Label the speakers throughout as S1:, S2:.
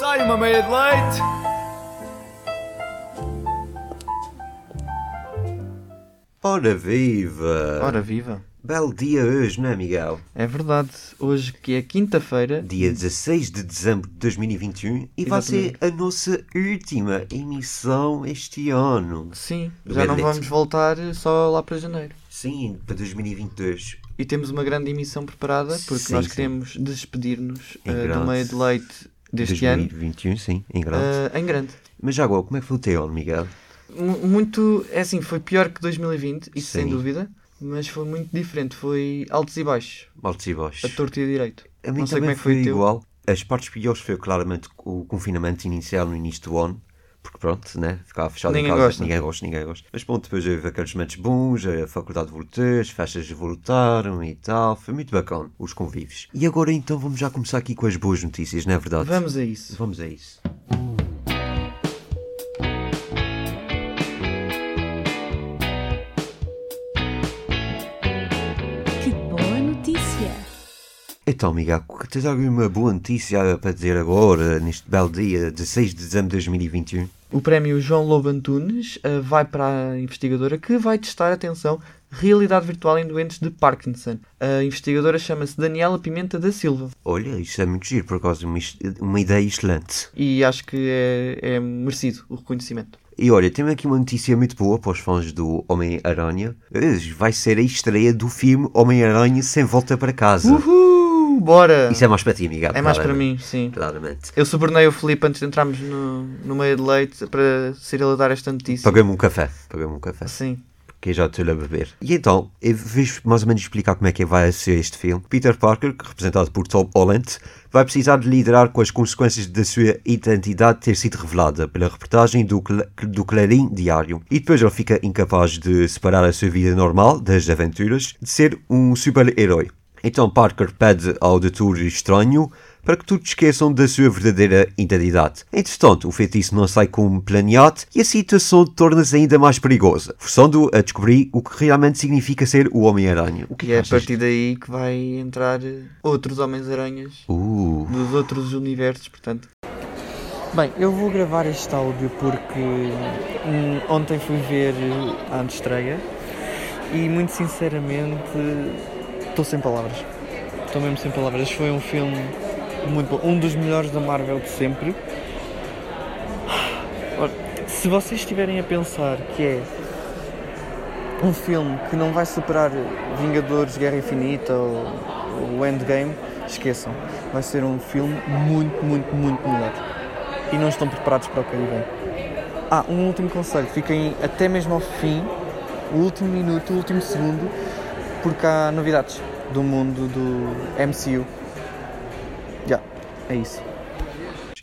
S1: time. I made it late.
S2: Ora viva!
S3: Ora viva!
S2: Belo dia hoje, não é, Miguel?
S3: É verdade, hoje que é quinta-feira,
S2: Dia 16 de dezembro de 2021 e vai ser a nossa última emissão este ano.
S3: sim,
S2: Do
S3: já não
S2: Medley.
S3: vamos voltar só lá para janeiro.
S2: Sim, para 2022.
S3: E temos uma grande emissão preparada, porque
S2: Sim,
S3: nós
S2: sim.
S3: queremos despedir-nos
S2: Em
S3: eh, do
S2: grande.
S3: meio de leite deste ano
S2: 2021, sim, em grande.
S3: eh, em grande.
S2: Mas já agora, como é que foi o teu ano, Miguel?
S3: Mu- Muito, é assim, foi pior que 2020, isso sem
S2: Sim.
S3: dúvida, mas foi muito diferente, foi altos e baixos,
S2: Maltes e vós.
S3: a torto e a direito.
S2: A mim
S3: não sei como é
S2: também
S3: que foi o teu.
S2: igual. As partes piores foi claramente o confinamento inicial no início do ano. Porque pronto, né? Ficava fechado
S3: Ninguém
S2: em casa.
S3: gosta.
S2: Ninguém gosta, ninguém gosta. Mas pronto, depois houve aqueles momentos bons, a faculdade voltou, as festas voltaram e tal. Foi muito bacana, os convívios. E agora então vamos já começar aqui com as boas notícias, não é verdade?
S3: Vamos a isso.
S2: Vamos a isso.
S4: Que boa notícia!
S2: Então, Miguel, tens alguma boa notícia para dizer agora, neste belo dia, 16 de dezembro de 2021?
S3: O prémio João Lobo Antunes eh, vai para a investigadora que vai testar, atenção, realidade virtual em doentes de Parkinson. A investigadora chama-se Daniela Pimenta da Silva
S2: Olha, isso é muito giro, por acaso, uma, is- uma ideia excelente.
S3: e acho que é, é merecido o reconhecimento.
S2: E olha, temos aqui uma notícia muito boa para os fãs do Homem-Aranha. Hoje Vai ser a estreia do filme Homem-Aranha Sem Volta para Casa.
S3: Uhul! Bora!
S2: Isso é mais para ti, amiga.
S3: É mais para
S2: claramente.
S3: mim, sim.
S2: Claramente.
S3: Eu subornei o Filipe antes de entrarmos no, no meio de leite para ser ele a dar esta notícia.
S2: Paguei-me um café. Paguei-me um café.
S3: Sim.
S2: que eu já estou a beber. E então, eu vejo mais ou menos explicar como é que vai ser este filme. Peter Parker, que é representado por Tom Holland, vai precisar de liderar com as consequências da sua identidade ter sido revelada pela reportagem do, Cla- do Clarim Diário. E depois ele fica incapaz de separar a sua vida normal das aventuras de ser um super-herói. Então Parker pede ao Doutor Estranho para que todos esqueçam da sua verdadeira identidade. Entretanto, o feitiço não sai como planeado e a situação torna-se ainda mais perigosa, forçando-o a descobrir o que realmente significa ser o Homem-Aranha. Ah, O que
S3: E é a
S2: achas?
S3: partir daí que vai entrar eh, outros Homens-Aranhas
S2: Uh,
S3: dos outros universos, portanto.
S5: Bem, eu vou gravar este áudio porque hum, ontem fui ver eh, a estreia e muito sinceramente estou sem palavras. Estou mesmo sem palavras. Foi um filme muito bom, um dos melhores da Marvel de sempre. Ora, se vocês estiverem a pensar que é um filme que não vai superar Vingadores Guerra Infinita ou o Endgame, esqueçam. Vai ser um filme muito, muito, muito melhor e não estão preparados para o que aí vem. Ah, um último conselho: fiquem até mesmo ao fim, o último minuto, o último segundo, porque há novidades do mundo do MCU. Já, é isso.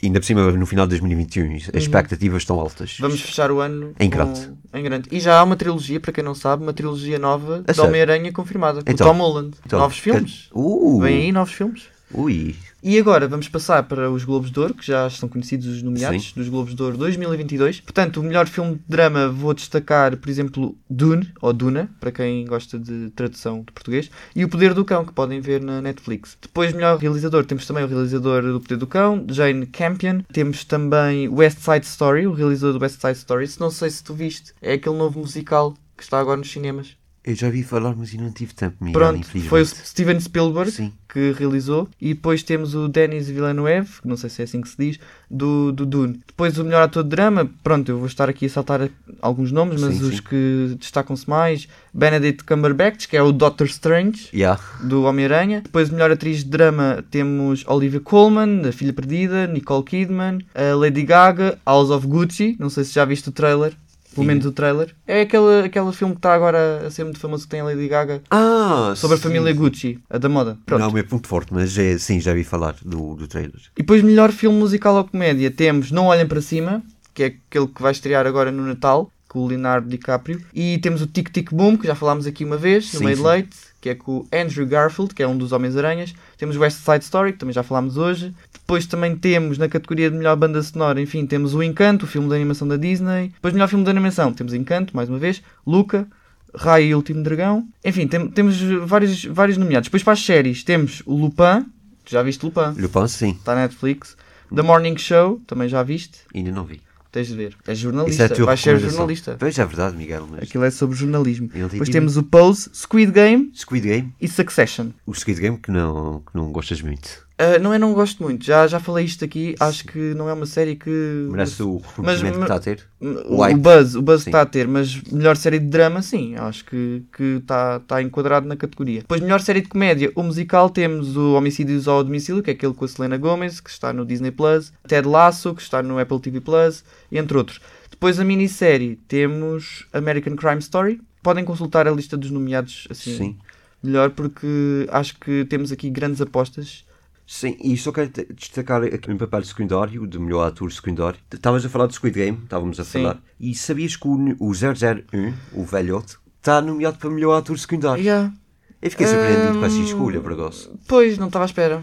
S2: ainda por cima, no final de 2021, as expectativas estão altas.
S3: Uhum. Vamos fechar o ano
S2: Em
S3: com-
S2: grande.
S3: em grande. E já há uma trilogia, para quem não sabe, uma trilogia nova de
S2: sério?
S3: Homem-Aranha confirmada. Com
S2: Então,
S3: Tom Holland.
S2: Então,
S3: novos
S2: quer-
S3: filmes.
S2: Uh,
S3: Vem aí novos filmes.
S2: Ui,
S3: E agora vamos passar para os Globos de Ouro, que já estão conhecidos os nomeados dos Globos de Ouro 2022. Portanto, o melhor filme de drama vou destacar, por exemplo, Dune, ou Duna, para quem gosta de tradução de português, e O Poder do Cão, que podem ver na Netflix. Depois, melhor realizador, temos também o realizador do Poder do Cão, Jane Campion. Temos também West Side Story, o realizador do West Side Story. Se não sei se tu viste, é aquele novo musical que está agora nos cinemas.
S2: eu já vi falar, mas eu não tive tempo, Miguel,
S3: Pronto,
S2: infelizmente.
S3: foi o Steven Spielberg
S2: Sim.
S3: que realizou. E depois temos o Denis Villeneuve, que não sei se é assim que se diz, do, do Dune. Depois o melhor ator de drama, pronto, eu vou estar aqui a saltar a- alguns nomes, mas
S2: Sim,
S3: os
S2: sim.
S3: que destacam-se mais: Benedict Cumberbatch, que é o Doctor Strange,
S2: Yeah.
S3: do Homem-Aranha. Depois, melhor atriz de drama, temos Olivia Colman, da Filha Perdida, Nicole Kidman, a Lady Gaga, House of Gucci. Não sei se já viste o trailer. Pelo menos o trailer. É aquele, aquele filme que está agora a ser muito famoso que tem a Lady Gaga.
S2: Ah,
S3: Sobre a
S2: sim.
S3: família Gucci, a da moda. Pronto.
S2: Não é ponto forte, mas é, sim, já vi falar do, do trailer.
S3: E depois, melhor filme musical ou comédia, temos Não Olhem Para Cima, que é aquele que vai estrear agora no Natal, com o Leonardo DiCaprio. E temos o Tic Tic Boom, que já falámos aqui uma vez, no
S2: Sim,
S3: meio de
S2: sim.
S3: leite, que é com o Andrew Garfield, que é um dos Homens-Aranhas. Temos West Side Story, que também já falámos hoje. Depois também temos, na categoria de melhor banda sonora, enfim, temos O Encanto, o filme de animação da Disney. Depois, melhor filme de animação, temos Encanto, mais uma vez, Luca, Raio e o Último Dragão. Enfim, tem- temos vários, vários nomeados. Depois, para as séries, temos o Lupin, tu já viste Lupin?
S2: Lupin, sim.
S3: está Tá na Netflix. The Morning Show, também já viste?
S2: Ainda não vi.
S3: Tens de ver. É
S2: Isso
S3: jornalista.
S2: é a tua
S3: Vais ser
S2: recomendação.
S3: jornalista.
S2: Pois é verdade, Miguel. Mas...
S3: Aquilo é sobre jornalismo.
S2: Eu
S3: Depois
S2: diria-
S3: temos o Pose, Squid Game
S2: Squid Game?
S3: e Succession.
S2: O Squid Game que não, que não gostas muito.
S3: Ah, não é não gosto muito, já, já falei isto aqui, acho que não é uma série que...
S2: Merece o
S3: Mas-
S2: reconhecimento que
S3: mas-
S2: está a ter.
S3: O,
S2: White.
S3: o buzz, o buzz
S2: Sim.
S3: está a ter, mas melhor série de drama, sim, acho que que está tá enquadrado na categoria. Depois, melhor série de comédia, o musical, temos o Homicídios ao Domicílio, que é aquele com a Selena Gomez, que está no Disney Plus, Ted Lasso, que está no Apple TV Plus, entre outros. Depois, a minissérie, temos American Crime Story. Podem consultar a lista dos nomeados assim
S2: Sim.
S3: melhor, porque acho que temos aqui grandes apostas.
S2: Sim, e só quero te- destacar aqui um papel secundário, de melhor ator secundário. Estavas a falar do Squid Game, estávamos a
S3: Sim.
S2: falar. E sabias que o, n- o 001, o velhote, está nomeado para melhor ator secundário?
S3: Yeah.
S2: Eu fiquei surpreendido com essa
S3: Hum,
S2: escolha, Bragoso.
S3: Pois, não estava à espera.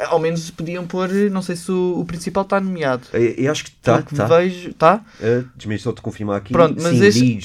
S3: Ao menos podiam pôr, não sei se o, o principal está nomeado.
S2: Eu, eu acho que está,
S3: Pelo que
S2: está.
S3: vejo, tá?
S2: Desmei só te confirmar aqui.
S3: Pronto, mas
S2: Sim,
S3: esse-
S2: Lee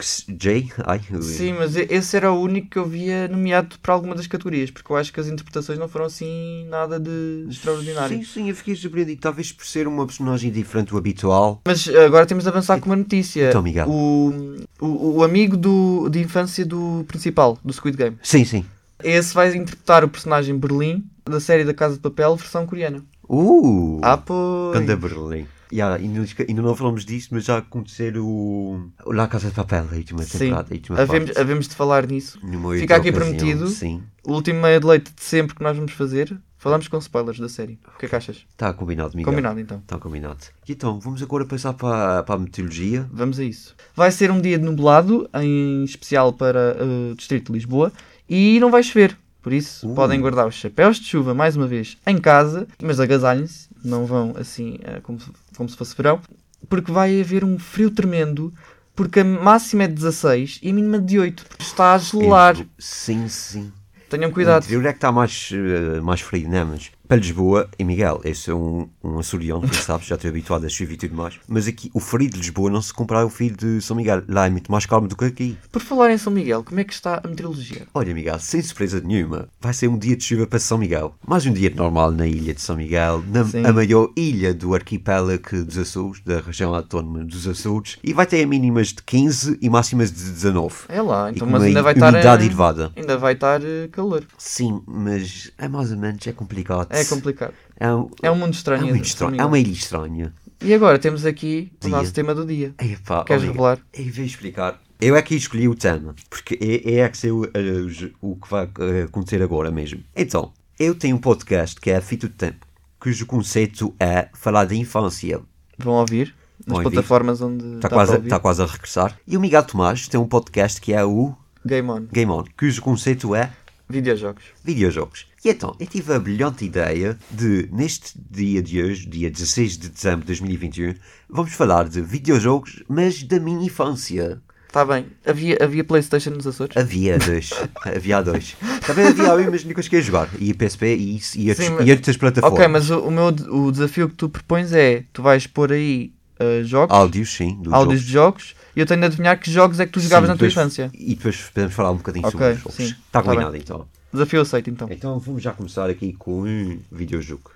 S2: Jong-jae. Ai, eu-
S3: Sim, mas e- esse era o único que eu via nomeado para alguma das categorias, porque eu acho que as interpretações não foram assim nada de extraordinário.
S2: Sim, sim, eu fiquei surpreendido. Talvez por ser uma personagem diferente do habitual.
S3: Mas agora temos de avançar com uma notícia.
S2: Então, Miguel.
S3: O, o, o amigo do, de infância do principal, do Squid Game,
S2: Sim, sim.
S3: esse vai interpretar o personagem Berlim da série da Casa de Papel, versão coreana.
S2: Uh!
S3: Ah, pois.
S2: Ganda Berlim. Yeah, ainda, ainda não falamos disto, mas já acontecer o. o La Casa de Papel, a última
S3: Sim,
S2: temporada, a última
S3: havemos,
S2: parte.
S3: havemos de falar nisso.
S2: Numa
S3: Fica
S2: outra
S3: aqui
S2: ocasião,
S3: prometido.
S2: Sim,
S3: O último meia de leite de sempre que nós vamos fazer, falamos com spoilers da série. O que é que achas?
S2: está Tá combinado, Miguel.
S3: Combinado então.
S2: Está combinado. E então, vamos agora passar para, para a metodologia.
S3: Vamos a isso. Vai ser um dia de nublado, em especial para eh, o Distrito de Lisboa, e não vai chover. Por isso,
S2: Uh.
S3: podem guardar os chapéus de chuva, mais uma vez, em casa, mas agasalhem-se, não vão assim eh, como, se- como se fosse verão, porque vai haver um frio tremendo, porque a máxima é de 16 e a mínima de 8, porque está a gelar.
S2: Entre- Sim, sim.
S3: Tenham cuidado.
S2: O onde é que está mais, eh, mais frio, não é? Mas para Lisboa, e Miguel, eu sou um, um açoriano, tu sabes, já estou habituado a chuva e tudo mais. Mas aqui, o frio de Lisboa não se compara ao frio de São Miguel. Lá é muito mais calmo do que aqui.
S3: Por falar em São Miguel, como é que está a meteorologia?
S2: Olha, Miguel, sem surpresa nenhuma, vai ser um dia de chuva para São Miguel. Mais um dia de normal na ilha de São Miguel, na,
S3: Sim.
S2: a maior ilha do arquipélago dos Açores, da região autónoma dos Açores. E vai ter mínimas de 15 e máximas de 19.
S3: É lá, então,
S2: e com
S3: mas
S2: uma
S3: ainda vai estar.
S2: umidade
S3: eh,
S2: elevada.
S3: Ainda vai estar eh, calor.
S2: Sim, mas é mais ou menos, é complicado.
S3: É complicado.
S2: É um,
S3: É um mundo
S2: é
S3: estranho.
S2: um ilha
S3: São
S2: estranha.
S3: Miguel.
S2: É uma ilha estranha.
S3: E agora temos aqui o
S2: Dia.
S3: nosso tema do dia.
S2: Epá,
S3: Queres
S2: olha,
S3: revelar?
S2: Eu vou explicar. Eu é que escolhi o tema, porque é, é que sei o, eh, os- o que vai eh, acontecer agora mesmo. Então, eu tenho um podcast que é a Fita do Tempo, cujo conceito é falar da infância.
S3: Vão ouvir nas
S2: Vão ouvir.
S3: plataformas onde
S2: Está
S3: dá
S2: quase,
S3: para
S2: a-
S3: ouvir.
S2: tá quase a regressar. E o Miguel Tomás tem um podcast que é o
S3: Game On.
S2: Game On, cujo conceito é
S3: Videojogos.
S2: videojogos. E então, eu tive a brilhante ideia de, neste dia de hoje, dia 16 de dezembro de 2021, vamos falar de videojogos, mas da minha infância.
S3: Está Tá bem. Havia, havia Playstation nos Açores?
S2: Havia dois. havia dois. Também havia aí, mas nunca cheguei a jogar. E PSP e, isso, e, outros-
S3: Sim, mas-
S2: e outras plataformas.
S3: ok, mas o, o meu o desafio que tu propões é tu vais pôr aí ah, jogos,
S2: Áudios, sim. Do
S3: áudios
S2: jogo.
S3: de jogos, e eu tenho de adivinhar que jogos é que tu jogavas
S2: Sim,
S3: na tua
S2: depois-
S3: infância.
S2: E depois podemos falar um bocadinho
S3: Ok,
S2: sobre os jogos.
S3: sim.
S2: Está
S3: Tá
S2: combinado, então.
S3: Desafio aceito então.
S2: Então vamos já começar aqui com um videojogo.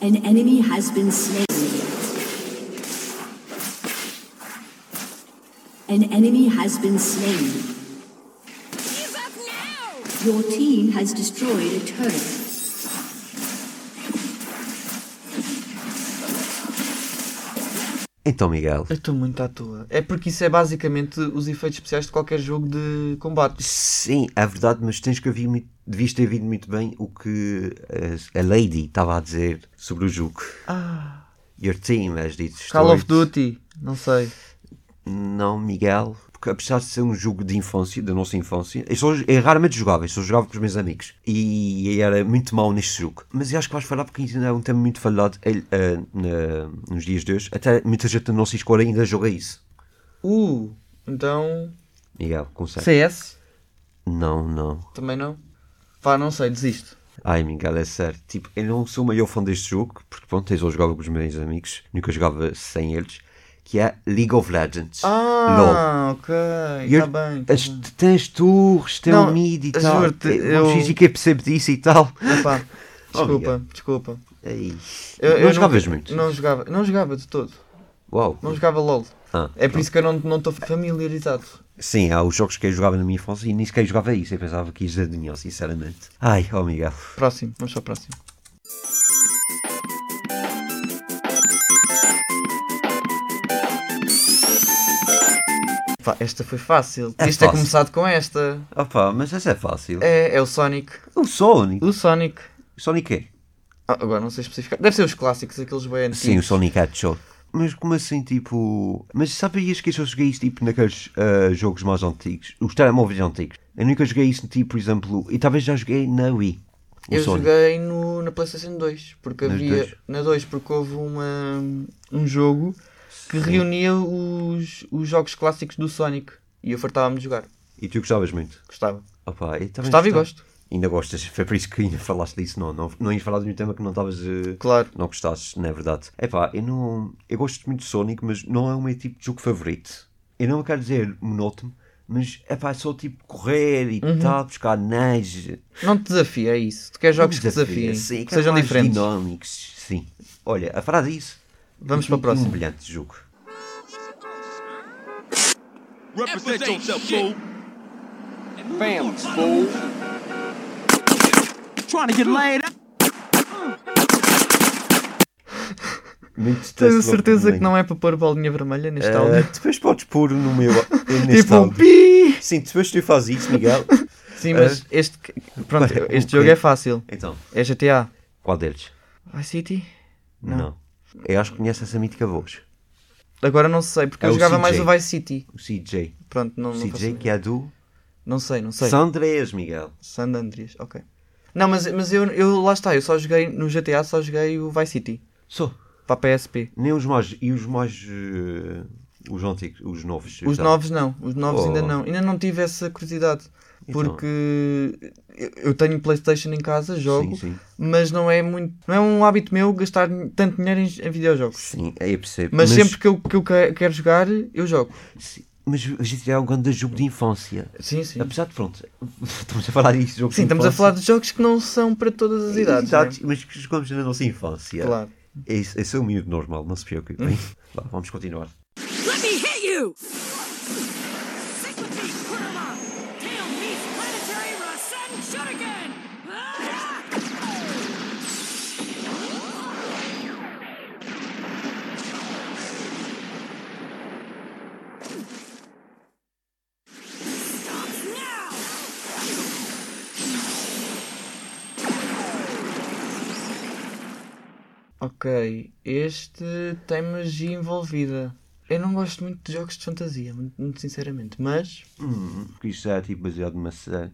S1: An enemy has been slain. An enemy has been slain.
S4: Give up now!
S1: Your team has destroyed a turret.
S2: Então, Miguel.
S3: Eu estou muito à toa. É porque isso é basicamente os efeitos especiais de qualquer jogo de combate.
S2: Sim, é verdade, mas tens que ouvir muito, devias ter ouvido muito bem o que a, a Lady estava a dizer sobre o jogo.
S3: Ah,
S2: Your team has dito
S3: Call of Duty. Não sei.
S2: Não, Miguel. Porque apesar de ser um jogo de infância, da nossa infância, eu, só, eu raramente jogava, eu só jogava com os meus amigos. E eu era muito mau neste jogo. Mas eu acho que vais falar porque ainda é um tema muito falado eh, eh, na- nos dias de hoje. Até muita gente da nossa escola ainda joga isso.
S3: Uh, então.
S2: Miguel, consegue?
S3: CS?
S2: Não, não.
S3: Também não? Pá, não sei, desisto.
S2: Ai, Miguel, é sério. Tipo, eu não sou o maior fã deste jogo, porque pronto, eu só jogava com os meus amigos, nunca jogava sem eles. que é League of Legends.
S3: Ah, ok.
S2: E
S3: Está
S2: eu-
S3: bem.
S2: as- tens turros, tem
S3: Não,
S2: um mid e tal.
S3: juro-te,
S2: Eu...
S3: eu-
S2: Física percebe disso e tal.
S3: Epá,
S2: Obrigado.
S3: desculpa, desculpa.
S2: Ei,
S3: Eu, eu
S2: não jogavas muito.
S3: Não jogava, não jogava de todo.
S2: Uau.
S3: Não jogava LOL.
S2: Ah,
S3: É por isso que eu não não estou familiarizado.
S2: Sim, há os jogos que eu jogava na minha infância e nem sequer jogava isso. Eu pensava que isso adivinhou, sinceramente. Ai, oh Miguel.
S3: Próximo, vamos ao próximo. Pá, Esta foi fácil.
S2: É
S3: Isto é
S2: fácil.
S3: começado com esta.
S2: Opa, mas essa é fácil.
S3: É, é o Sonic.
S2: O Sonic.
S3: O Sonic.
S2: O Sonic é?
S3: Ah, agora não sei especificar. Deve ser os clássicos, aqueles bem antigos.
S2: Sim, o Sonic Hedgehog. Mas como assim, tipo... Mas sabias que eu só joguei isso, tipo, naqueles ah, jogos mais antigos? Os telemóveis antigos. Eu nunca joguei isso, tipo, por exemplo... E talvez já joguei na Wii. O
S3: Eu
S2: Sonic.
S3: joguei no, na PlayStation 2, porque
S2: Nas
S3: havia.
S2: dois?
S3: Na 2, porque houve uma, um jogo que reunia os, os jogos clássicos do Sonic. E eu fartava-me de jogar.
S2: E tu gostavas muito?
S3: Gostava.
S2: Opa, eu também
S3: Gostava e
S2: gostava.
S3: gosto.
S2: Ainda gostas, foi por isso que ainda falaste disso, não. Não, não ias falar de um tema que não estavas. eh,
S3: Claro.
S2: Não gostasses, não é verdade? É pá, eu não. Eu gosto muito de Sonic, mas não é o meu tipo de jogo favorito. Eu não quero dizer monótono, mas é pá, é só tipo correr e
S3: Uhum.
S2: tal, buscar anéis.
S3: Não te desafia, é isso. Tu queres jogos que
S2: desafio,
S3: desafiem,
S2: sim, é
S3: que sejam
S2: mais
S3: diferentes.
S2: dinâmicos, sim. Olha, a frase é isso.
S3: Vamos para o
S2: Um
S3: próximo.
S2: brilhante jogo.
S6: Represent yourself, fool.
S7: Families, fool. Trying to get laid up.
S3: Tenho certeza que não é para pôr bolinha vermelha neste
S2: Ah,
S3: áudio.
S2: depois podes pôr no meu. Eh, neste
S3: Tipo um
S2: áudio.
S3: pi!
S2: Sim, depois tu fazes isso, Miguel. Eh,
S3: Sim, mas este, pronto,
S2: Espera, um
S3: este jogo
S2: bocadinho.
S3: é fácil.
S2: então,
S3: É GTA.
S2: qual deles?
S3: Vice City?
S2: Não. Eu acho que conhece essa mítica voz.
S3: Agora não sei, porque
S2: É
S3: eu
S2: o
S3: jogava
S2: CJ.
S3: mais o Vice City.
S2: O CJ.
S3: Pronto, não,
S2: O
S3: não, faço
S2: CJ
S3: ideia.
S2: que é do
S3: não sei, não sei.
S2: São Andrés, Miguel.
S3: San Andreas, ok. Não, mas, mas eu, eu lá está, eu só joguei no GTA, só joguei o Vice City.
S2: Só.
S3: Para a PSP.
S2: Nem os mais. E os mais. eh, os antigos. Os novos.
S3: Os
S2: então.
S3: novos não, os novos
S2: Oh.
S3: ainda não. Ainda não tive essa curiosidade.
S2: Então.
S3: Porque eu eu tenho Playstation em casa, jogo,
S2: sim.
S3: mas não é muito. Não é um hábito meu gastar tanto dinheiro em, em videojogos.
S2: Sim, é percebo.
S3: Mas, sempre que eu, que eu que- quero jogar, eu jogo.
S2: sim, Mas o GTA é um grande jogo de infância.
S3: Sim, sim.
S2: Apesar de pronto. Estamos a falar disso. Jogo
S3: Sim, estamos a falar de jogos que não são para todas as idades.
S2: Idades,
S3: né?
S2: mas que jogamos na nossa infância.
S3: Claro. Hum.
S2: Esse, esse é o miúdo normal, não se preocupe. bem? Vá, vamos continuar.
S4: Let me hit you! Sick with me, Kurama! Tail meets planetary Rasen Shuriken! Ah! Stop now!
S3: Ok, este tem magia envolvida. Eu não gosto muito de jogos de fantasia, muito, muito sinceramente, mas.
S2: Hum, porque isto é tipo baseado numa série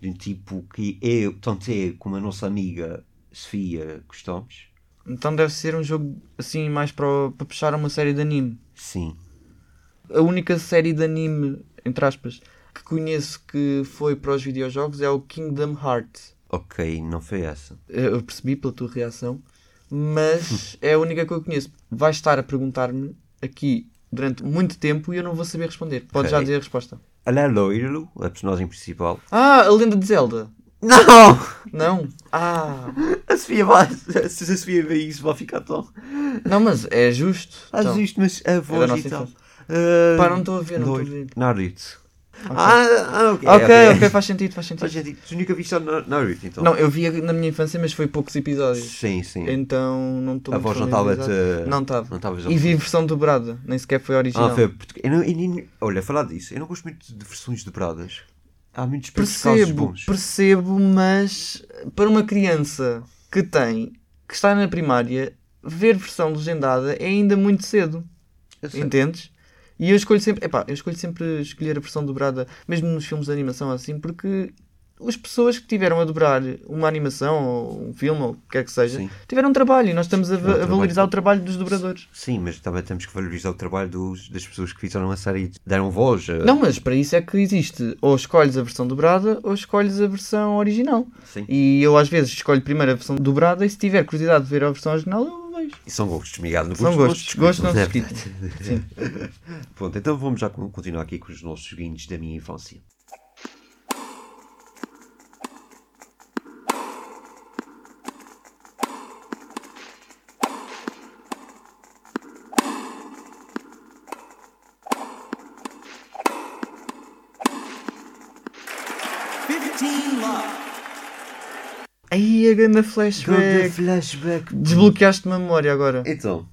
S2: de um tipo que eu, tanto eu como a nossa amiga Sofia gostamos.
S3: Então deve ser um jogo assim mais para, o- para puxar uma série de anime.
S2: Sim.
S3: A única série de anime, entre aspas, que conheço que foi para os videojogos é o Kingdom Hearts.
S2: Ok, não foi essa.
S3: Eu eu percebi pela tua reação, mas é a única que eu conheço. Vais estar a perguntar-me aqui durante muito tempo e eu não vou saber responder. Podes já
S2: Ok.
S3: dizer a resposta.
S2: Ela é loiro, a personagem principal.
S3: Ah, a lenda de Zelda!
S2: Não!
S3: Não! Ah!
S2: A Sofia vai. Se a Sofia vê isso, vai ficar tão.
S3: Não, mas é justo.
S2: Faz
S3: Então,
S2: isto, mas a
S3: é da
S2: voz
S3: nossa
S2: e tal.
S3: infância.
S2: Ah,
S3: Pá, não estou a ver, não estou a
S2: loiro.
S3: ver.
S2: Naruto. Ah, ah, ok.
S3: Ok, ok, faz sentido, faz
S2: Mas,
S3: sentido.
S2: gente, tu nunca viste só Na- Naruto, então?
S3: Não, eu via na minha infância, mas foi poucos episódios.
S2: Sim, sim.
S3: Então não estou
S2: A
S3: muito
S2: voz não estava
S3: familiarizado.
S2: de-
S3: Não estava.
S2: não estava já-
S3: E vi a versão dobrada, nem sequer foi a original.
S2: Ah, foi português. Eu não- eu nem- olha, falar disso, eu não gosto muito de versões dobradas. Há muitos poucos casos
S3: Percebo,
S2: bons.
S3: percebo, mas para uma criança que tem, que está na primária, ver versão legendada é ainda muito cedo.
S2: Eu sei.
S3: Entendes? E eu escolho sempre, epá, eu escolho sempre escolher a versão dobrada, mesmo nos filmes de animação assim, porque as pessoas que tiveram a dobrar uma animação ou um filme ou o que quer que seja,
S2: Sim.
S3: tiveram um trabalho e nós estamos a, va- a
S2: trabalho.
S3: valorizar o trabalho dos dobradores.
S2: Sim, mas também temos que valorizar o trabalho dos- das pessoas que fizeram a série e deram voz. a-
S3: Não, mas para isso é que existe ou escolhes a versão dobrada ou escolhes a versão original.
S2: Sim.
S3: E eu às vezes escolho primeiro a versão dobrada e se tiver curiosidade de ver a versão original, eu 2.
S2: E são gostos, Miguel.
S3: São gostos, gostos não
S2: é
S3: se
S2: verdade.
S3: discutem. Sim.
S2: Pronto, então vamos já con- continuar aqui com os nossos joguinhos da minha infância.
S3: Aí a grande flashback.
S2: flashback.
S3: Desbloqueaste memória agora.
S2: Então,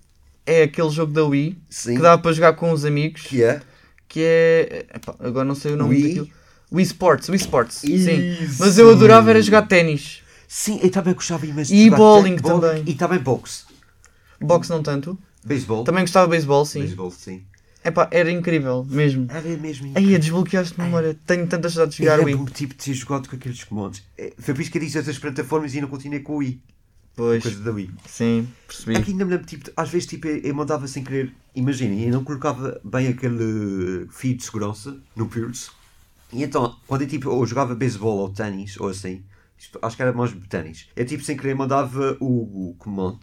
S3: É aquele jogo da Wii
S2: sim.
S3: que dá para jogar com os amigos.
S2: Que é?
S3: que é. epá, agora não sei o nome
S2: Wii?
S3: daquilo. Wii Sports, Wii Sports, sim.
S2: Isso.
S3: Mas eu adorava era jogar ténis.
S2: Sim, eu também gostava imenso
S3: E
S2: jogar
S3: bowling
S2: tec- bowling
S3: também.
S2: E também boxe.
S3: Boxe não tanto.
S2: Beisebol.
S3: Também gostava de beisebol, sim.
S2: Beisebol, sim.
S3: Epá, era incrível, mesmo. é
S2: Era mesmo
S3: Aí, desbloqueaste memória. Tenho tantas saudades de
S2: Eu
S3: jogar Wii.
S2: lembro-me tipo de ter jogado com aqueles comandos. É, Foi por isso que eu disse essas plataformas e não continuei com o Wii.
S3: Pois,
S2: Coisa da Wii.
S3: sim, percebi.
S2: É que ainda me lembro, tipo, de- às vezes tipo, eu eu mandava sem querer, imaginem, eu não colocava bem aquele fio de segurança no Pulse. E então, quando eu, tipo, ou jogava beisebol ou ténis, ou assim, isto- acho que era mais ténis, eu tipo sem querer mandava o, é o comando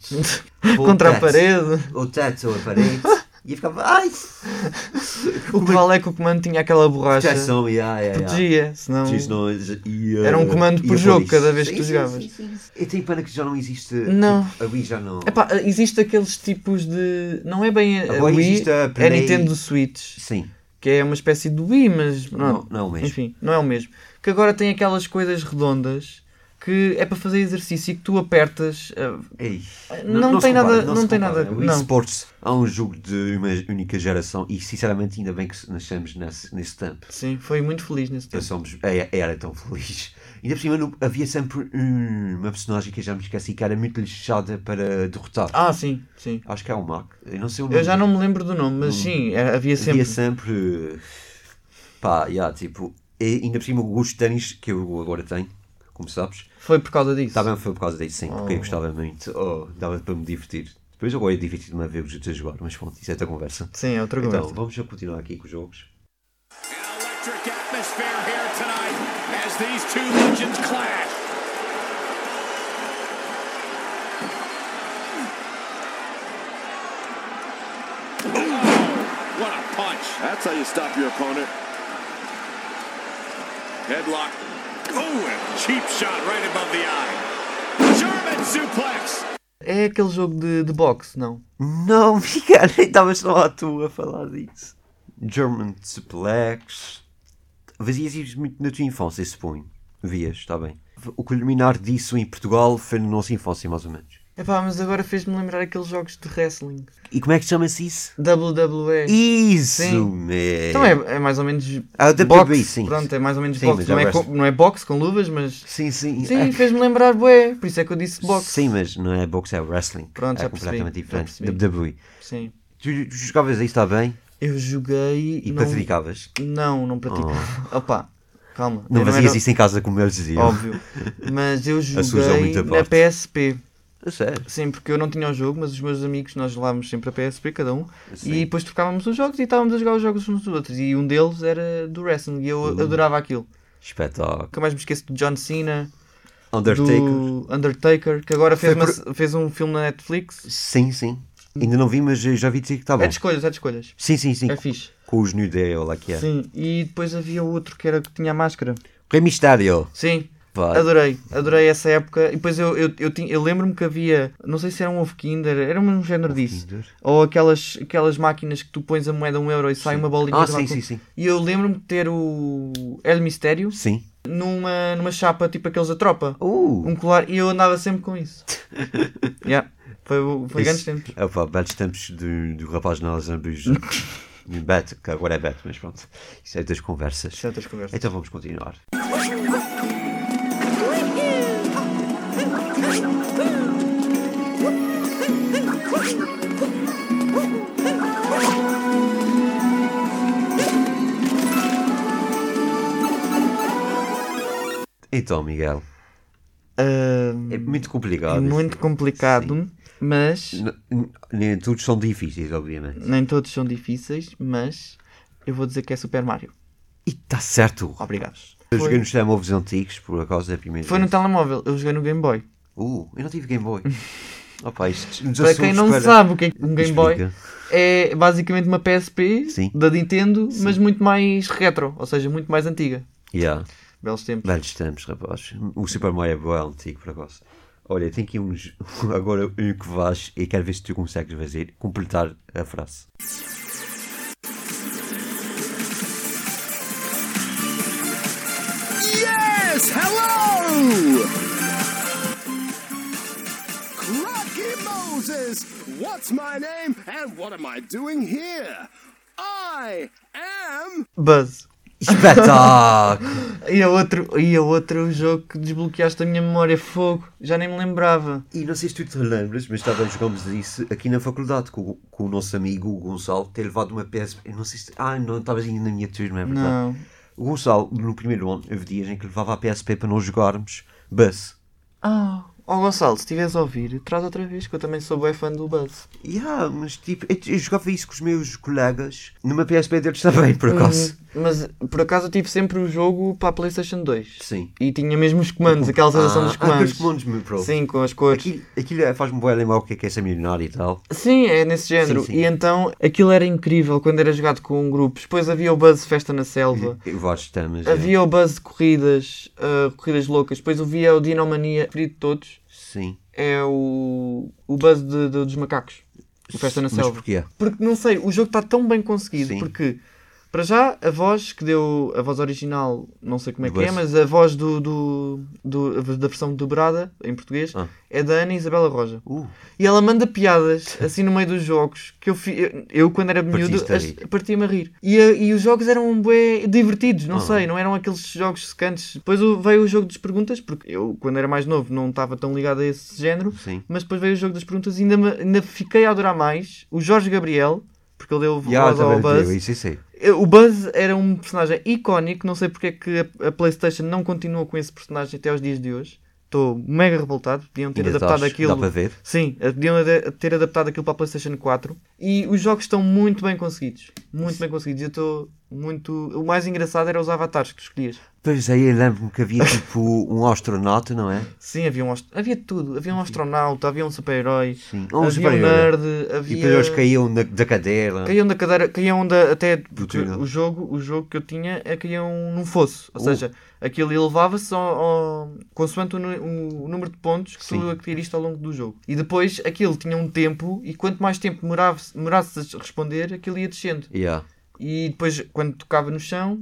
S2: para o
S3: Contra a
S2: teto.
S3: parede.
S2: Ou teto ou a parede. e eu ficava, ai!
S3: O que vale é que o comando tinha aquela borracha.
S2: Proteção, yeah, yeah, yeah.
S3: Protegia, senão.
S2: Diz nós, e, uh,
S3: Era um comando
S2: e
S3: por
S2: a
S3: jogo
S2: polícia.
S3: cada vez que
S2: Sim,
S3: tu
S2: sim,
S3: jogavas.
S2: sim, sim, sim. Eu tenho pena que já não existe.
S3: Não.
S2: tipo, a Wii já não.
S3: Epá, existe aqueles tipos de. Não é bem a, a
S2: Agora
S3: Wii,
S2: Ah, existe a
S3: é a
S2: Play-
S3: Nintendo Switch.
S2: Sim.
S3: que é uma espécie de Wii, mas pronto.
S2: Não- não é o mesmo.
S3: Enfim, não é o mesmo. Que agora tem aquelas coisas redondas que é para fazer exercício e que tu apertas. ah,
S2: Ei,
S3: Não
S2: se
S3: tem
S2: compara,
S3: nada- não
S2: se
S3: tem
S2: compara.
S3: nada-
S2: O
S3: não.
S2: eSports é um jogo de uma única geração e, sinceramente, ainda bem que nascemos nesse, nesse tempo.
S3: Sim, foi muito feliz nesse tempo.
S2: Passamos, é- era tão feliz. Ainda por cima, não- havia sempre hum, uma personagem que eu já me esqueci que era muito lixada para derrotar.
S3: Ah, sim, sim.
S2: Acho que é o Mark. Eu não sei o nome.
S3: Eu já não me lembro do nome, mas sim, é- havia sempre.
S2: Havia sempre. eh, Pá, yeah, tipo. e Ainda por cima, o gosto de ténis que eu agora tenho, como sabes,
S3: Foi por causa disso.
S2: Também foi por causa disso, sim, porque eu gostava muito. Oh, dava para me divertir. Depois agora eu diverti-me a ver os outros a jogar, mas pronto, isso é outra conversa.
S3: Sim, é outra
S2: Então,
S3: conversa.
S2: vamos já continuar aqui com os jogos.
S8: Electric atmosphere here tonight as these two legends clash. Oh,
S6: What a punch.
S8: That's how you stop your opponent. Headlock. Oh, and cheap shot right above the eye. German suplex.
S3: É aquele jogo de, de boxe, não?
S2: Não, Miguel, estava só à tua a falar disso. German Suplex. Vazias isso muito na tua infância, suponho. Vias, está bem. O culminar disso em Portugal foi na nossa infância, mais ou menos.
S3: Epá, mas agora fez-me lembrar aqueles jogos de wrestling.
S2: E como é que chama-se isso?
S3: WWE.
S2: Isso
S3: Sim.
S2: mesmo.
S3: Então é, é mais ou menos.
S2: Ah, o WWE,
S3: boxe.
S2: sim.
S3: Pronto, é mais ou menos
S2: Sim,
S3: boxe.
S2: mas é
S3: Não é, co-
S2: wrestling.
S3: não é boxe com luvas, mas
S2: Sim, sim.
S3: Sim, fez-me lembrar bué, por isso é que eu disse boxe.
S2: Sim, mas não é boxe, é wrestling.
S3: Pronto,
S2: é
S3: já percebi,
S2: completamente
S3: já percebi.
S2: diferente. WWE.
S3: Sim.
S2: Tu, tu jogavas aí, está bem?
S3: Eu joguei
S2: E
S3: não...
S2: praticavas?
S3: Não, não praticava. Opa, calma.
S2: Não
S3: Eu
S2: fazias
S3: era-
S2: isso em casa como eles diziam?
S3: Óbvio. Mas eu
S2: Assunção
S3: joguei
S2: muito à
S3: na
S2: parte.
S3: PSP.
S2: É sério?
S3: Sim, porque eu não tinha o jogo, mas os meus amigos, nós levávamos sempre a PSP, cada um,
S2: Sim.
S3: e depois trocávamos os jogos e estávamos a jogar os jogos uns dos outros. E um deles era do wrestling, e eu
S2: Uhum.
S3: adorava aquilo.
S2: Espetáculo.
S3: Nunca mais me esqueço do John Cena,
S2: Undertaker?
S3: do Undertaker, que agora fez,
S2: Foi
S3: uma- fez um filme na Netflix.
S2: Sim, sim. Ainda não vi, mas eh, já vi dizer que está
S3: É
S2: bom.
S3: de escolhas, é de escolhas.
S2: Sim, sim, sim.
S3: É fixe.
S2: Com os New Day, ou lá que é.
S3: Sim, e depois havia outro que era que tinha a máscara.
S2: Rei Mistério.
S3: Sim,
S2: Vai.
S3: adorei, adorei essa época. E depois eu, eu, eu, tinha- eu lembro-me que havia, não sei se era um ovo Kinder, era um género disso.
S2: Kinder?
S3: Ou aquelas, aquelas máquinas que tu pões a moeda um euro e sai uma bolinha.
S2: Ah,
S3: de uma
S2: sim,
S3: cor.
S2: sim, sim.
S3: E eu lembro-me de ter o El Mistério
S2: Sim.
S3: numa, numa chapa, tipo aqueles da tropa.
S2: Uh!
S3: Um colar, e eu andava sempre com isso. yeah. Foi, foi grandes
S2: Isso-
S3: tempos.
S2: Opa, belos tempos do, do rapaz na Zambus. Beto, que agora é Beto, mas pronto. Isso é das conversas.
S3: Certas conversas.
S2: Então vamos continuar. Então, Miguel,
S3: Ah,
S2: é muito complicado.
S3: é muito
S2: isto.
S3: complicado,
S2: Sim.
S3: mas.
S2: N- n- Nem todos são difíceis, obviamente.
S3: Nem todos são difíceis, mas eu vou dizer que é Super Mario.
S2: E está certo.
S3: Obrigado. tá
S2: Eu joguei
S3: Foi,
S2: nos telemóveis antigos, por acaso é a primeira
S3: foi no
S2: vez.
S3: telemóvel, eu joguei no Game Boy.
S2: Uh, eu não tive Game Boy. Opa, isto
S3: Para quem não sabe o que é que um Game Boy
S2: Explica.
S3: é basicamente uma PSP
S2: Sim.
S3: da Nintendo, mas muito mais retro, ou seja, muito mais antiga.
S2: Yeah.
S3: Belos tempos.
S2: Velhos tempos, rapaz. O Super Mario é bom, é antigo para você. Olha, tem aqui uns. Agora um que vais e quero ver se tu consegues fazer. Completar a frase.
S8: Yes! Hello! Crocky Moses! What's my name and what am I doing here? I am.
S3: Buzz.
S2: Espetáculo!
S3: E o outro, e o outro jogo que desbloqueaste a minha memória fogo, já nem me lembrava.
S2: e não sei se tu te lembras, mas estava jogamos isso aqui na faculdade com, o- com o nosso amigo o Gonçalo ter levado uma PSP. Eu Não sei se. Ah, não estavas ainda na minha turma, é verdade.
S3: Não.
S2: O Gonçalo, no primeiro ano, houve dias em que levava a PSP para não jogarmos Buzz.
S3: Ah, oh Gonçalo, se estiveres a ouvir, traz outra vez, que eu também sou bué fã do Buzz.
S2: Yeah, mas tipo, eu, eu jogava isso com os meus colegas numa PSP deles também, por acaso.
S3: Mas por acaso eu tive sempre o jogo para a PlayStation 2.
S2: Sim.
S3: E tinha mesmo os comandos, aquela sensação
S2: Ah,
S3: dos
S2: ah, com
S3: comandos.
S2: os comandos, meu bro.
S3: Sim, com as cores.
S2: Aquilo, aquilo é- faz-me bem lembrar o que é que é ser milionário e tal.
S3: Sim, é nesse género.
S2: sim.
S3: E então aquilo era incrível quando era jogado com um grupo. Depois havia o Buzz Festa na Selva.
S2: Eu acho que estamos.
S3: Havia o Buzz de corridas, ah, corridas loucas. Depois havia o Dinomania, preferido de todos.
S2: Sim.
S3: É o, o Buzz de- de- dos macacos. O Festa na
S2: Mas
S3: Selva.
S2: porquê?
S3: Porque não sei, o jogo está tão bem conseguido.
S2: Sim.
S3: Porque, para já, a voz que deu. A voz original, não sei como é
S2: Do
S3: que é,
S2: Buzz.
S3: mas a voz do, do, do- da versão dobrada, em português,
S2: Ah.
S3: é da Ana Isabela Roja.
S2: Uh,
S3: E ela manda piadas assim no meio dos jogos que eu, fi- eu, eu, quando era miúdo
S2: Partiste a rir.
S3: as- partia-me a rir. E, a- e os jogos eram bué divertidos, não
S2: Ah.
S3: sei, não eram aqueles jogos secantes. Depois o- veio o jogo das perguntas, porque eu quando era mais novo não estava tão ligado a esse género,
S2: Sim.
S3: mas depois veio o jogo das perguntas e ainda, me- ainda fiquei a adorar mais o Jorge Gabriel, porque ele deu voz
S2: yeah,
S3: ao
S2: também
S3: Buzz. Eh,
S2: deu, isso, isso aí.
S3: O Buzz era um personagem icónico, não sei porque é que a- a Playstation não continua com esse personagem até aos dias de hoje. Estou mega revoltado, podiam ter
S2: Ainda
S3: adaptado
S2: estás,
S3: aquilo.
S2: Dá para ver.
S3: Sim, podiam ade- ter adaptado aquilo para a PlayStation 4 e os jogos estão muito bem conseguidos. Muito bem conseguidos. Eu estou muito. O mais engraçado era os avatares que tu escolhias.
S2: Pois aí eu lembro-me que havia tipo um astronauta, não é?
S3: Sim, havia, um ast- havia tudo. Havia um astronauta, havia um super-herói,
S2: Sim. Um
S3: havia um
S2: super-herói.
S3: nerd, havia.
S2: E depois eles caíam na- da cadeira.
S3: Caíam da cadeira, caíam da. Até. porque
S2: túnel.
S3: o jogo, o jogo que eu tinha é caíam num fosso.
S2: Uh.
S3: Ou seja, aquilo elevava-se ao, ao- consoante o, nu- o número de pontos que
S2: Sim.
S3: tu adquiriste ao longo do jogo. E depois aquilo tinha um tempo e quanto mais tempo demorava- demorasses a responder, aquilo ia descendo.
S2: Yeah.
S3: E depois, quando tocava no chão,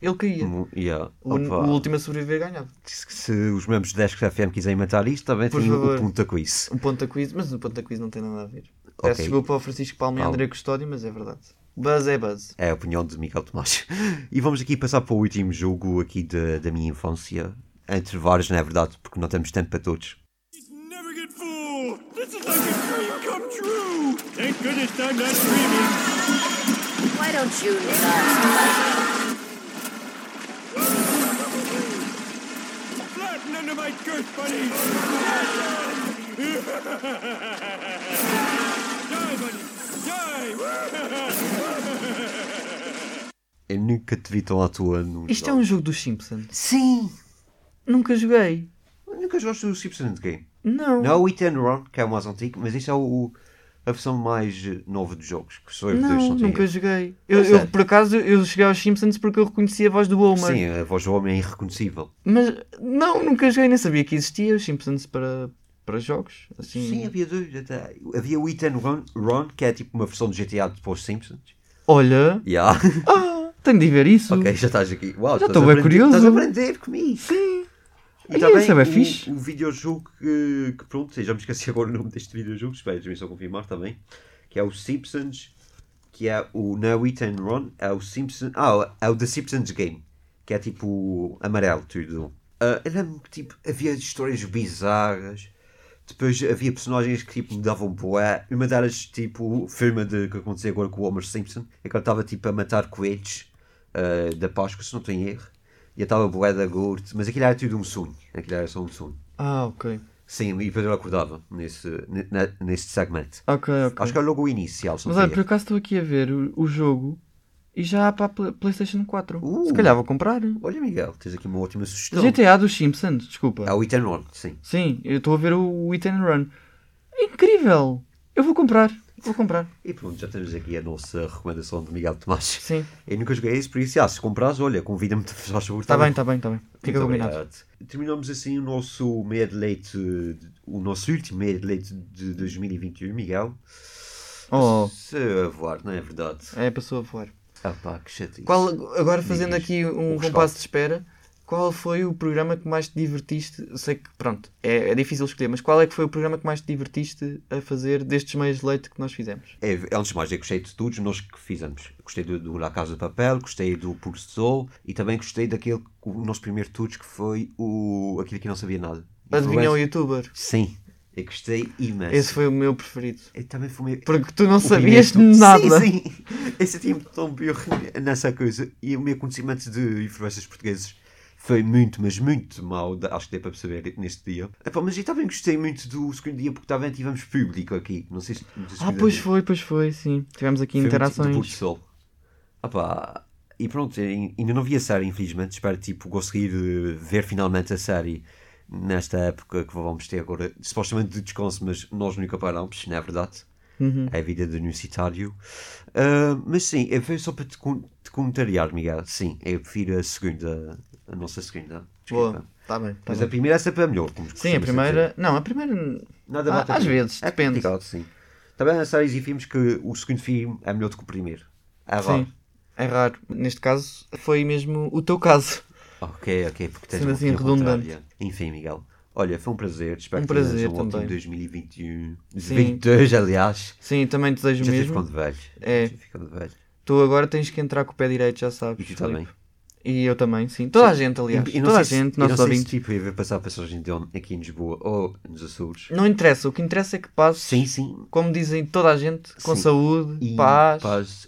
S3: ele caía.
S2: Mu- yeah.
S3: O,
S2: Um, Opa.
S3: o último a sobreviver ganhava.
S2: Se os membros da Desk FM quiserem matar isto, também
S3: Por
S2: tem o
S3: favor.
S2: ponto a quiz.
S3: O ponta Um quiz, mas o ponta quiz não tem nada a ver.
S2: Ok.
S3: Peço desculpa ao Francisco Palma e ao
S2: Palma.
S3: André Custódio, mas é verdade. Buzz é buzz.
S2: É a opinião de Miguel Tomás. E vamos aqui passar para o último jogo aqui da da minha infância. Entre vários, não é verdade? Porque não temos tempo para todos.
S6: Never get fooled. This is like a dream come true. Thank goodness I'm not dreaming.
S1: Why don't you not?
S6: Flatten under my girth, buddy. Die, buddy. Die.
S2: Eu nunca te vi tão à toa num
S3: Isto é um jogo dos Simpsons.
S2: Sim!
S3: Nunca joguei.
S2: Eu nunca gosto do Simpsons de game.
S3: Não.
S2: Não é o It and Run, que é o mais antigo, mas isto é o, a versão mais eh, nova dos jogos. Que só eu dois É
S3: Não,
S2: não
S3: nunca
S2: tenho.
S3: joguei. Eu,
S2: sério?
S3: eu, por acaso, eu cheguei aos Simpsons porque eu reconheci a voz do Homer.
S2: Sim, a voz do homem é irreconhecível.
S3: Mas, não, nunca joguei, nem sabia que existia os Simpsons para, para jogos. Assim.
S2: Sim, havia dois. até- Havia o It and Run, Run, que é tipo uma versão do GTA de os Simpsons.
S3: Olha,
S2: Yeah.
S3: ah, tenho de ver isso.
S2: Ok, já estás aqui. Uau,
S3: Já
S2: estás
S3: estou
S2: a
S3: bem
S2: aprender-
S3: curioso.
S2: Estás a aprender comigo. Sim.
S3: Ai,
S2: tá
S3: isso é bem fixe.
S2: o, o um videojogo que, que pronto, já me esqueci agora o nome deste videojogo, espera, deixa-me só confirmar também, que é o Simpsons, que é o No It and Run, é o Simpsons, ah, é o The Simpsons Game, que é tipo amarelo, tudo. Ah, eu lembro-me que tipo, havia histórias bizarras, depois havia personagens que tipo me davam boé, uma delas tipo, firma de que aconteceu agora com o Homer Simpson, é que ele estava tipo a matar coelhos ah, da Páscoa, se não tenho erro, e eu estava boé da gordo, mas aquilo era tudo um sonho, aquilo era só um sonho.
S3: Ah, ok.
S2: Sim, e depois eu acordava nesse, ne- ne- neste segmento.
S3: Ok, ok.
S2: Acho que é logo o inicial, se não
S3: Mas olha,
S2: tenho
S3: por
S2: erro.
S3: acaso estou aqui a ver o, o jogo e já há para a Pla- PlayStation 4.
S2: Uh.
S3: Se calhar vou comprar.
S2: Olha, Miguel, tens aqui uma ótima sugestão.
S3: GTA dos Simpsons, desculpa.
S2: É o Ethan Ron, sim.
S3: Sim, eu estou a ver o It and Run. É incrível! Eu vou comprar, vou comprar.
S2: E pronto, já temos aqui a nossa recomendação de Miguel Tomás.
S3: Sim.
S2: Eu nunca joguei isso, por isso, ah, se comprares, olha, convida-me, faz favor.
S3: Está
S2: tá
S3: bem, está bem, está bem. Fica
S2: Muito
S3: combinado.
S2: obrigado. Terminamos assim o nosso meia de leite, o nosso último meia de leite de 2021, Miguel.
S3: Oh,
S2: Se a voar, não é verdade?
S3: é a pessoa a voar.
S2: Ah pá, que chatice.
S3: Qual, agora fazendo
S2: Diz,
S3: aqui um
S2: o que
S3: compasso de espera, qual foi o programa que mais te divertiste? Eu Sei que, pronto, é, é difícil escolher, mas qual é que foi o programa que mais te divertiste a fazer destes meios de leite que nós fizemos?
S2: É, antes de mais, eu gostei de todos nós que fizemos. Gostei do, do La Casa de Papel, gostei do Puro Sol e também gostei daquele, o nosso primeiro tour que foi o, aquele que não sabia nada.
S3: Adivinha o
S2: Influencer.
S3: youtuber?
S2: Sim, eu gostei imenso.
S3: Esse foi o meu preferido.
S2: Eu também fui meio...
S3: Porque tu não
S2: O
S3: sabias
S2: primeiro tu-
S3: nada.
S2: Sim, sim. Eu sentia-me tão burro nessa coisa. E o meu conhecimento de influências portugueses foi muito, mas muito mau. Da- Acho que dei para perceber neste dia. Epá, mas eu também gostei muito do segundo dia porque também tivemos público aqui. Não sei se. não sei se
S3: Ah,
S2: cuidado.
S3: pois foi, pois foi, sim. Tivemos aqui
S2: Foi muito do Porto
S3: interações.
S2: Sol. Ah, pá. E pronto, ai- ainda não vi a série, infelizmente. Espero tipo, conseguir eh, ver finalmente a série nesta época que vamos ter agora. Supostamente de descanso, mas nós nunca paramos, não é verdade?
S3: Uhum.
S2: É a vida de universitário. Ah, mas sim, eu foi só para te, com- te comentariar, Miguel. Sim, eu prefiro a segunda, a nossa segunda.
S3: Boa,
S2: Desculpa.
S3: tá bem. tá
S2: então. Mas
S3: bem.
S2: a primeira é sempre a melhor. como
S3: Sim, a
S2: costuma-se
S3: primeira. Não, a primeira.
S2: Nada
S3: Ah,
S2: mata
S3: às
S2: tudo.
S3: vezes,
S2: é
S3: depende.
S2: complicado, sim. Também há séries e filmes que o segundo filme é melhor do que o primeiro. É raro.
S3: Sim. É raro. Neste caso, foi mesmo o teu caso.
S2: Ok, ok, porque tens
S3: Sendo
S2: uma
S3: assim,
S2: opinião
S3: redundante.
S2: contrária. Enfim, Miguel. Olha, foi um prazer. Espero
S3: Um
S2: que tenhas
S3: prazer
S2: um ótimo
S3: também.
S2: 2021.
S3: Sim.
S2: 22, um. aliás.
S3: Sim, também desejo
S2: Já estou
S3: mesmo.
S2: ficando velho.
S3: É.
S2: Já estou ficando velho.
S3: Tu agora tens que entrar com o pé direito, já
S2: E
S3: sabes.
S2: tu
S3: Filipe.
S2: também.
S3: E eu também, sim. Toda a gente, aliás.
S2: E- e não
S3: Toda a
S2: sei se-
S3: gente,
S2: e não
S3: nossos
S2: sei se,
S3: ouvintes.
S2: tipo, eu vou passar a passagem de onde, aqui em Lisboa ou nos Açores.
S3: Não interessa. O que interessa é que passes,
S2: Sim, sim.
S3: como dizem toda a gente, com
S2: Sim.
S3: saúde,
S2: E
S3: paz.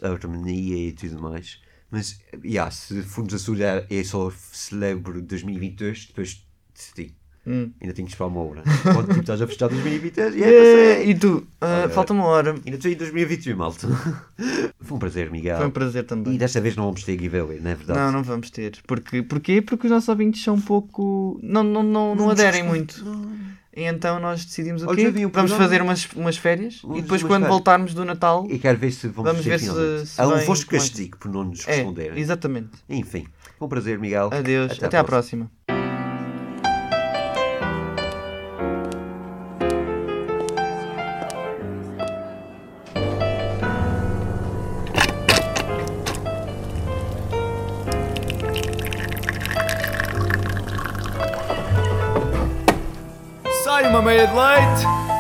S2: harmonia e tudo mais. Mas, yeah, se formos a Sul, é é só celebro 2022, depois decidi.
S3: Hum.
S2: Ainda tenho que esperar uma hora. Quando tipo, estás a festejar 2022, e é
S3: Eh,
S2: passei.
S3: E tu? Ah, Falta uma hora.
S2: Ainda estou em 2021, malta. Foi um prazer, Miguel.
S3: Foi um prazer também.
S2: E desta vez não vamos ter giveaway, não é verdade?
S3: Não, não vamos ter. Porque, porquê? Porque os nossos ouvintes são um pouco. Não, não, não, não aderem muito. E então nós decidimos o
S2: Olha,
S3: quê?
S2: já vi um
S3: vamos
S2: programa.
S3: fazer umas, umas férias
S2: Vamos
S3: e depois,
S2: umas
S3: quando
S2: férias.
S3: voltarmos do Natal.
S2: E quero ver se vamos,
S3: Vamos
S2: ter
S3: ver se-
S2: finalmente.
S3: se
S2: Há um
S3: vem
S2: vosso
S3: mais.
S2: castigo por não nos
S3: É,
S2: responderem.
S3: exatamente.
S2: Enfim, foi um prazer, Miguel.
S3: Adeus. Até, à próxima.
S7: Sai uma meia é de leite!